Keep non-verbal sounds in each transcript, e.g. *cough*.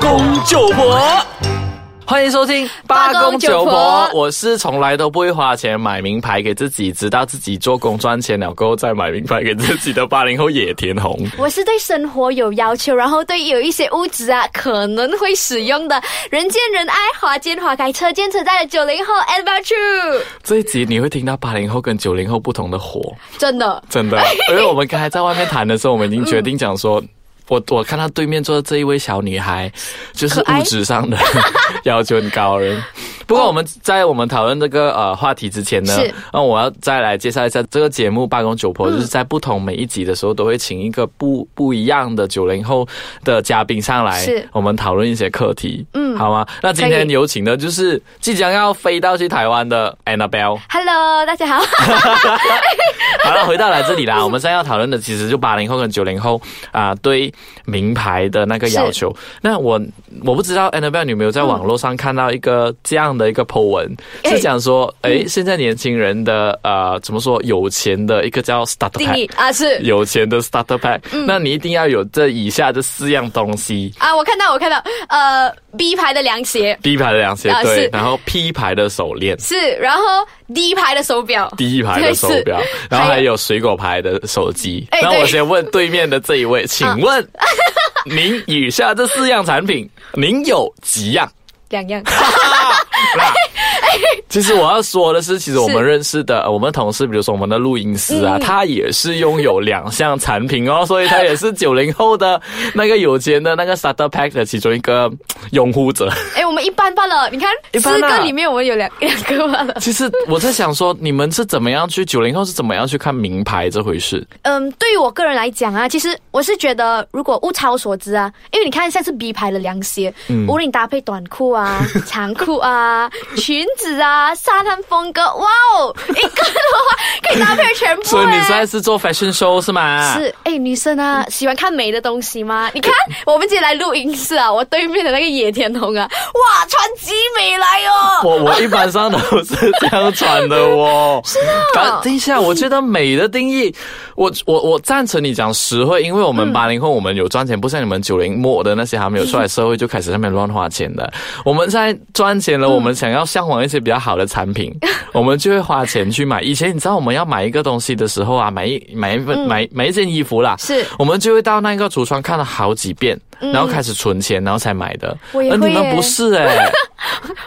公九婆。欢迎收听《八八公公九九婆婆》，我是从来都不会花钱买名牌给自己，直到自己做工赚钱了过后再买名牌给自己的八零后野田红。我是对生活有要求，然后对有一些物质啊可能会使用的，人见人爱，花见花开，车见车载的九零后 a d v e n t u r e 这一集你会听到八零后跟九零后不同的火，真的，真的，因为我们刚才在外面谈的时候，我们已经决定讲 *laughs* 说。我我看到对面坐的这一位小女孩，就是嗯可爱物质上的 *laughs* 要求很高的 *laughs* 人。不过我们在我们讨论这个呃话题之前呢是，嗯那我要再来介绍一下这个节目《八公九婆》，就是在不同每一集的时候都会请一个不不一样的九零后的嘉宾上来是，我们讨论一些课题，嗯好吗？那今天可以有请的就是即将要飞到去台湾的 Annabelle。 Hello，大家好，好了，回到来这里啦，我 *laughs* 们现在要讨论的其实就八零后跟九零后啊、对名牌的那个要求。那我我不知道 Annabelle 你有没有在网络上看到一个这样的一个 po 文，哎是讲说，哎，现在年轻人的呃怎么说，有钱的一个叫 starter 定义嗯 pack。 *laughs* 啊是有钱的 starter pack，、那你一定要有这以下这四样东西啊，我看到我看到，呃，B 牌的凉鞋：B 牌的凉鞋，啊对，是然后 P 牌的手链，是，然后 D 牌的手表，第一排的手表 *laughs* 对，然后还有水果牌的手机。哎那我对先问对面的这一位，请 *laughs* 问您以下这四样产品，您有几样？两样，那其实我要说的是，其实我们是认识的呃我们同事，比如说我们的录音师啊，嗯他也是拥有两项产品哦，所以他也是九零后的那个有钱的那个 starter pack 的其中一个拥护 *laughs* 者。哎，我们一般般了，你看一般四啦个里面我们有两两个罢了。其实我在想说，你们是怎么样去九零后是怎么样去看名牌这回事？嗯，对于我个人来讲啊，其实我是觉得，如果物超所值啊，因为你看像是 B 牌的凉鞋，嗯无论你搭配短裤 *laughs* 啊、长裤啊、裙子啊、沙滩风格，哇哦，一个的话可以搭配全部、欸。所以你现在是做 fashion show 是吗？是哎，女生啊，喜欢看美的东西吗？你看，我们今天来录音室啊，我对面的那个野田红啊，哇，穿集美来哦， *laughs* 我我一般上都是这样穿的 *laughs* 哦。是啊。等一下，我觉得美的定义，我我我赞成你讲实惠，因为我嗯们八零后我们有赚钱，不像你们九零末的那些还没有出来社会就开始在那边乱花钱的。我们现在赚钱了，我们想要向往一些比较好的产 *laughs* 品，我们就会花钱去买。以前你知道我们要买一个东西的时候啊，买一买一份买买一件衣服啦，嗯是嗯我们就会到那个橱窗看了好几遍，然后开始存钱，然后才买的。我也而你会们耶不是哎。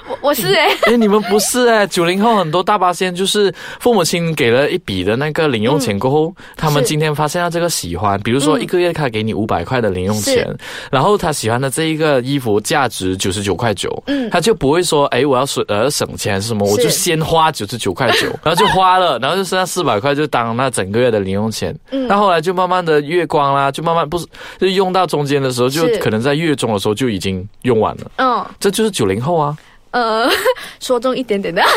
我我是哎、哎、你们不是哎、九零后很多大巴仙就是父母亲给了一笔的那个零用钱过后，他们是今天发现到这个喜欢，比如说一个月他给你五百块的零用钱是，然后他喜欢的这一个衣服价值九十九块九，嗯，他就不会说哎、我要省呃省钱还是什么，我是就先花九十九块 *laughs* 九，然后就花了，然后就剩下四百块就当那整个月的零用钱，嗯，那后来就慢慢的月光啦，就慢慢不是就用到中间的时候，就是可能在月中的时候就已经用完了，嗯。这就是九零后啊。呃， *laughs* 说中一点点的。 *laughs*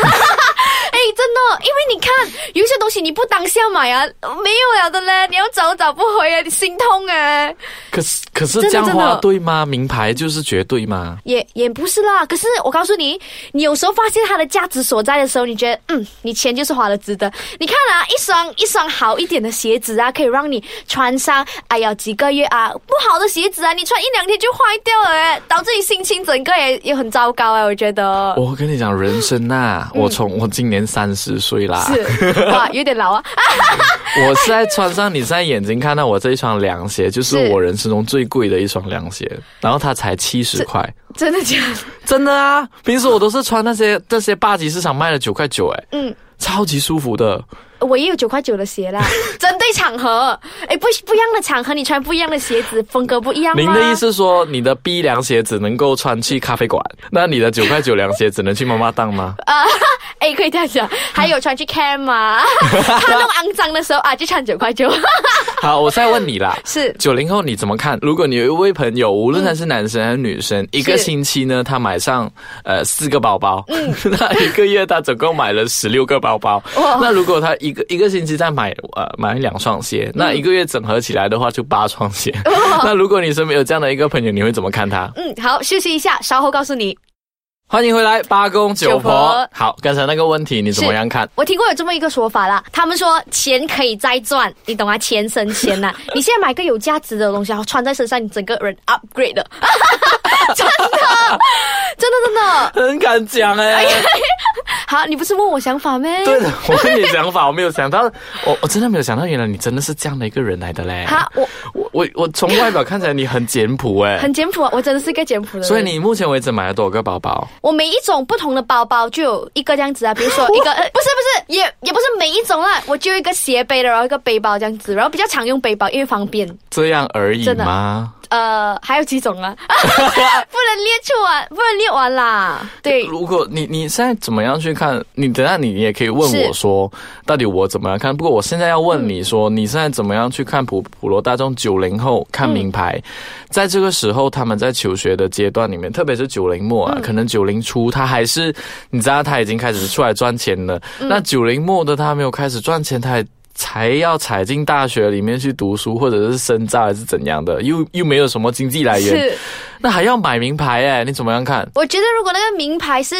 哎，真的，因为你看，有一些东西你不当下买啊，没有了的嘞，你要找找不回啊，你心痛哎、可是可是真的这样真花的对吗？名牌就是绝对吗？也也不是啦。可是我告诉你，你有时候发现它的价值所在的时候，你觉得，嗯，你钱就是花的值得。你看啊，一双一双好一点的鞋子啊，可以让你穿上，哎呀，几个月啊，不好的鞋子啊，你穿一两天就坏掉了、哎导致你心情整个也也很糟糕哎、我觉得。我跟你讲，人生呐、我从我今年三十岁啦，嗯是哇，有点老啊。我现在穿上你现在眼睛看到我这一双凉鞋，就是是我人生中最贵的一双凉鞋，然后它才七十块，真的假的？真的啊！平时我都是穿那些这些八级市场卖的九块九，哎，嗯，超级舒服的。我也有九块九的鞋啦， *laughs* 针对场合，哎，不不一样的场合，你穿不一样的鞋子，风格不一样吗您的意思说，你的 B 凉鞋只能够穿去咖啡馆，那你的九块九凉鞋只能去妈妈档吗？哎，可以这样 *laughs* 讲。还有穿去 cam 啊， *laughs* 他弄肮脏的时候啊，就穿九块九。好，我再问你啦， *laughs* 是，九零后你怎么看？如果你有一位朋友，无论嗯他是男生还是女生，一个星期呢，他买上呃四个包包，嗯 *laughs* 那一个月他总共买了十六个包包。 *laughs* 哇那如果他一个一个星期再买呃买两双嗯鞋，那一个月整合起来的话就八双鞋。哦 *laughs* 那如果你身边有这样的一个朋友，你会怎么看他？嗯，好，休息一下，稍后告诉你。欢迎回来，八公九九婆。婆好，刚才那个问题你怎么样看是？我听过有这么一个说法啦，他们说钱可以再赚，你懂啊？钱生钱 *laughs* 呐、你现在买个有价值的东西，然后穿在身上，你整个人 *laughs* upgrade 了，真的，真的真的。很敢讲哎、好，你不是问我想法咩？ *laughs* 对的，我跟你想法，我没有想到，我我真的没有想到，原来你真的是这样的一个人来的嘞。好，我我我我从外表看起来你很简朴哎、 *laughs* 很简朴啊，我真的是一个简朴的人。所以你目前为止买了多少个包包？我每一种不同的包包就有一个这样子啊，比如 *laughs* 说一个，呃不是不是，也也不是每一种啦，我就有一个斜背的，然后一个背包这样子，然后比较常用背包，因为方便。这样而已真的吗？呃，还有几种啊， *laughs* 不能列出完，不能列完啦。 *laughs* 对，如果你你现在怎么样去看？你等下你也可以问是我说，到底我怎么样看？不过我现在要问你说，嗯你现在怎么样去看普普罗大众九零后看名牌？嗯在这个时候，他们在求学的阶段里面，特别是九零末啊，嗯可能九零初，他还是你知道他已经开始出来赚钱了。嗯那九零末的他没有开始赚钱，他还。才要踩进大学里面去读书，或者是深造，还是怎样的？又又没有什么经济哎来源，是，那还要买名牌哎、你怎么样看？我觉得如果那个名牌是。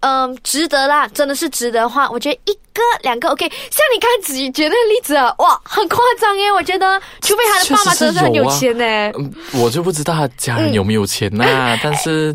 嗯，值得啦，真的是值得的话，我觉得一个两个 OK。像你刚才子举的例子啊，哇，很夸张耶！我觉得，除非他的爸妈真的是很有啊钱呢。嗯，我就不知道他家人有没有钱呐、但是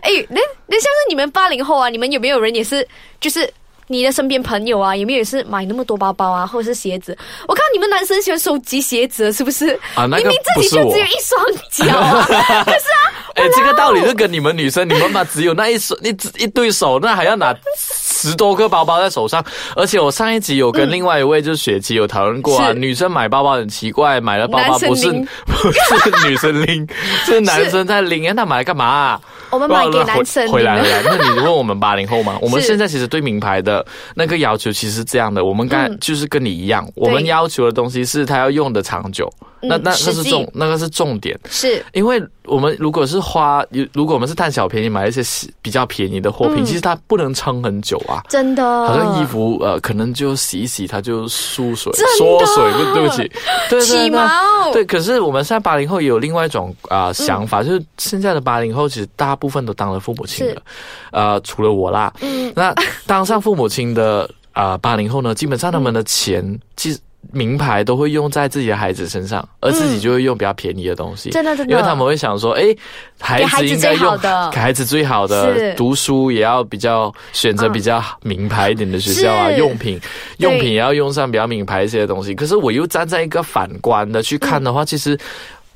哎、那那像是你们八零后啊，你们有没有人也是，就是你的身边朋友啊，有没有也是买那么多包包啊，或者是鞋子？我看你们男生喜欢收集鞋子，是不是？啊那个明明自己就不只是我有一双脚啊， *laughs* 可是啊，哎、这个道理就跟你们女生，你们嘛只有那一手一只一对手，那还要拿十多个包包在手上。而且我上一集有跟另外一位就是雪琪有讨论过啊，是女生买包包很奇怪，买了包包男生不是 *laughs* 拎不是女生拎， *laughs* 是男生在拎， *laughs* 哎那买来干嘛啊、我们买给男生回回来你回们来，那你问我们八零后 *laughs* 嘛，我们是现在其实对名牌的那个要求其实是这样的，我们刚、嗯就是跟你一样，我们要求的东西是它要用的长久，那那那实是际重那个是重点，是因为我们如果是花，如果我们是贪小便宜买一些比较便宜的货品，嗯其实它不能撑很久啊。真的。好像衣服呃，可能就洗一洗，它就缩水，真缩的水，对对不起，对对对起毛对，可是我们现在八零后也有另外一种啊、呃想法，就是现在的八零后其实大部分都当了父母亲了嗯是，嗯呃，除了我啦。那当上父母亲的啊八零后呢，基本上他们的钱其实。名牌都会用在自己的孩子身上，而自嗯己就会用比较便宜的东西，真的真的因为他们会想说，诶，孩给孩子子应该最好用 *laughs* 的给孩子最好的，是嗯读书也要比较选择比较名牌一点的学校啊，是用品用品也要用上比较名牌一些的东西。可是我又站在一个反观的去看嗯的话，其实。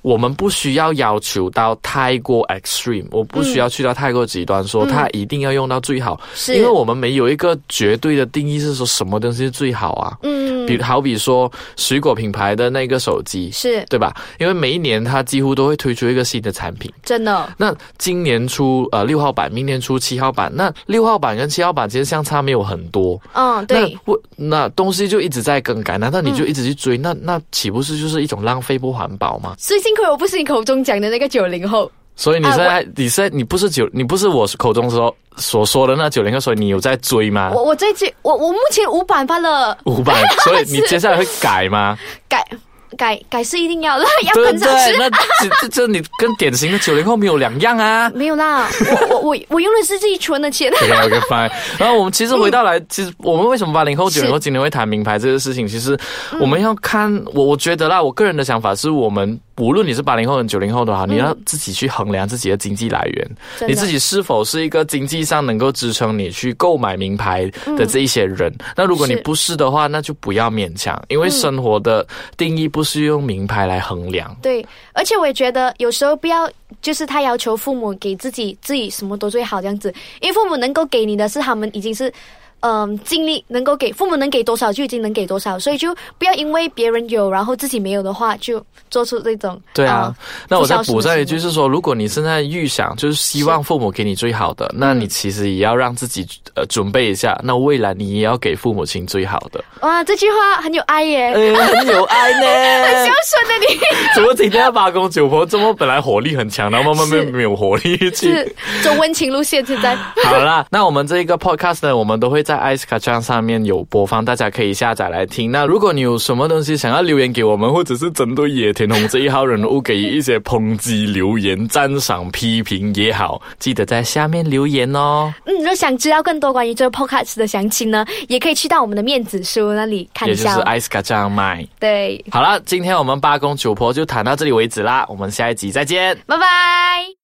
我们不需要要求到太过 extreme，我不需要去到太过极端，说它一定要用到最好，嗯是因为我们没有一个绝对的定义是说什么东西是最好啊。嗯比好比说水果品牌的那个手机，是对吧？因为每一年它几乎都会推出一个新的产品，真的。那今年出呃六号版，明年出七号版，那六号版跟七号版其实相差没有很多。嗯，对，嗯那我那东西就一直在更改，难道你就一直去追？那那岂不是就是一种浪费不环保吗？所以幸亏我不是你口中讲的那个九零后，所以你啊现在、你现在你不是九，你不是我口中说所说的那九零后，所以你有在追吗？我我最近我我目前五版发了五百，所以你接下来会改吗？改改改是一定要啦， *laughs* 要对跟不上去对？。那这这这你跟典型的九零后没有两样啊。没有啦，我我我 *laughs* 我用的是自己存的 *laughs* 钱。 OK OK fine。然后我们其实回到嗯来，其实我们为什么八零后、九零后今天会谈名牌这个事情？其实我们要看我，我觉得啦，我个人的想法是我们无论你是八零后、九零后的话，你要自己去衡量自己的经济来源，嗯真你的自己是否是一个经济上能够支撑你去购买名牌的这一些人。那如果你嗯是嗯不是的话，那就不要勉强，因为生活的定义不是用名牌来衡量。对，而且我也觉得有时候不要，就是太要求父母给自己自己什么都最好这样子，因为父母能够给你的是他们已经是。嗯，尽力能够给父母能给多少就已经能给多少，所以就不要因为别人有然后自己没有的话，就做出这种对啊，那我再不孝补顺上的一句行是说，如果你现在预想就是嗯希望父母给你最好的，那你其实也要让自己呃准备一下，那未来你也要给父母亲最好的。为啊哇，这句话很有爱耶， *laughs* 哎，很有爱孝呢，顺的你 *laughs* 怎么今天八公九婆这么本来火力很强，然后慢慢是变没有活力去 *laughs* 是走温情路线，现在好啦，那我们这一个 podcast 呢，我们都会在 Ice k a c a n 上面有播放，大家可以下载来听。那如果你有什么东西想要留言给我们，或者是针对野田宏这一号人物给予一些抨击、留言、赞赏、批评也好，记得在下面留言哦。嗯，如果想知道更多关于这个 podcast 的详情呢，也可以去到我们的面子书那里看也一就是下哦。 Ice k a c a n 麦。对，好了，今天我们八公九婆就谈到这里为止啦，我们下一集再见。拜拜。